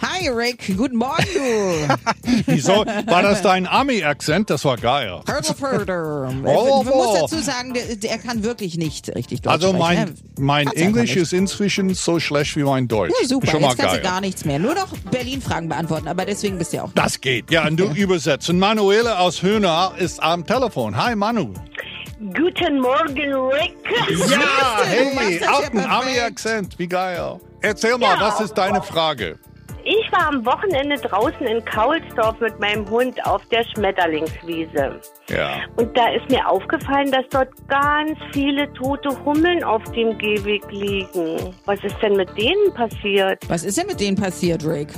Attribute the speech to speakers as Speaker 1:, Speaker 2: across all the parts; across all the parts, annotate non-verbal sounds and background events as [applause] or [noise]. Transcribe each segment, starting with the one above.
Speaker 1: Hi Rick, guten Morgen du.
Speaker 2: [laughs] Wieso? War das dein Army-Akzent? Das war geil.
Speaker 1: Hurdle Furder.
Speaker 2: Oh,
Speaker 1: Man muss
Speaker 2: oh.
Speaker 1: dazu sagen, der, der kann wirklich nicht richtig Deutsch
Speaker 2: Also mein,
Speaker 1: sprechen. ne?
Speaker 2: mein
Speaker 1: Kann's einfach
Speaker 2: Englisch
Speaker 1: nicht.
Speaker 2: ist inzwischen so schlecht wie mein Deutsch.
Speaker 1: Ja, super,
Speaker 2: Schon mal
Speaker 1: jetzt kannst
Speaker 2: geil.
Speaker 1: du gar nichts mehr. Nur noch Berlin-Fragen beantworten, aber deswegen bist du ja auch.
Speaker 2: Das geht. Ja, und du übersetzt. Und Manuele aus Höhner ist am Telefon. Hi, Manu.
Speaker 3: Guten Morgen, Rick.
Speaker 2: Ja,
Speaker 1: du machst
Speaker 2: hey,
Speaker 1: das
Speaker 2: auch
Speaker 1: ja
Speaker 2: ein
Speaker 1: perfekt.
Speaker 2: Ami-Akzent. Wie geil. Erzähl mal,
Speaker 3: Ja.
Speaker 2: was ist deine Frage?
Speaker 3: Ich war am Wochenende draußen in Kaulsdorf mit meinem Hund auf der Schmetterlingswiese.
Speaker 2: Ja.
Speaker 3: Und da ist mir aufgefallen, dass dort ganz viele tote Hummeln auf dem Gehweg liegen. Was ist denn mit denen passiert?
Speaker 1: Was ist denn mit denen passiert, Rick?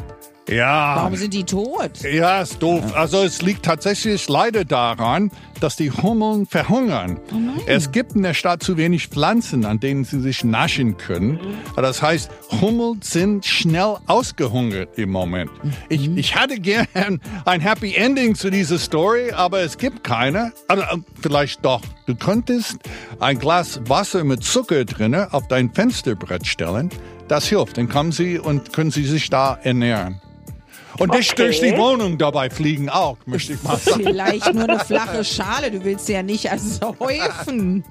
Speaker 2: Ja.
Speaker 1: Warum sind die tot?
Speaker 2: Ja, ist doof. Also es liegt tatsächlich leider daran, dass die Hummeln verhungern. es gibt in der Stadt zu wenig Pflanzen, an denen sie sich naschen können. Das heißt, Hummeln sind schnell ausgehungert im Moment. Ich, ich hatte gern ein Happy Ending zu dieser Story, aber es gibt keine. Also, äh, vielleicht doch. Du könntest ein Glas Wasser mit Zucker drinne auf dein Fensterbrett stellen. Das hilft. Dann kommen sie und können sie sich da ernähren. Und nicht
Speaker 3: Okay.
Speaker 2: durch die Wohnung dabei fliegen auch, möchte ich mal
Speaker 1: [laughs]
Speaker 2: sagen.
Speaker 1: Vielleicht nur eine flache Schale, du willst sie ja nicht [laughs] ersäufen.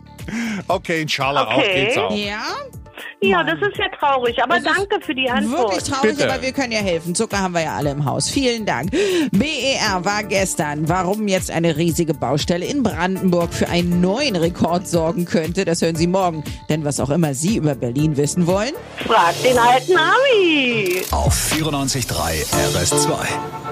Speaker 2: Okay, inshallah, auch
Speaker 3: Okay.
Speaker 2: geht's auch.
Speaker 1: Ja?
Speaker 3: Ja, das ist ja traurig, aber danke für die
Speaker 1: Wirklich
Speaker 3: Antwort.
Speaker 1: traurig,
Speaker 2: Bitte.
Speaker 1: aber wir können ja helfen. Zucker haben wir ja alle im Haus. Vielen Dank. BER war gestern, warum jetzt eine riesige Baustelle in Brandenburg für einen neuen Rekord sorgen könnte, das hören Sie morgen. Denn was auch immer Sie über Berlin wissen wollen.
Speaker 3: Frag den alten Ami.
Speaker 4: Auf 94.3 RS2.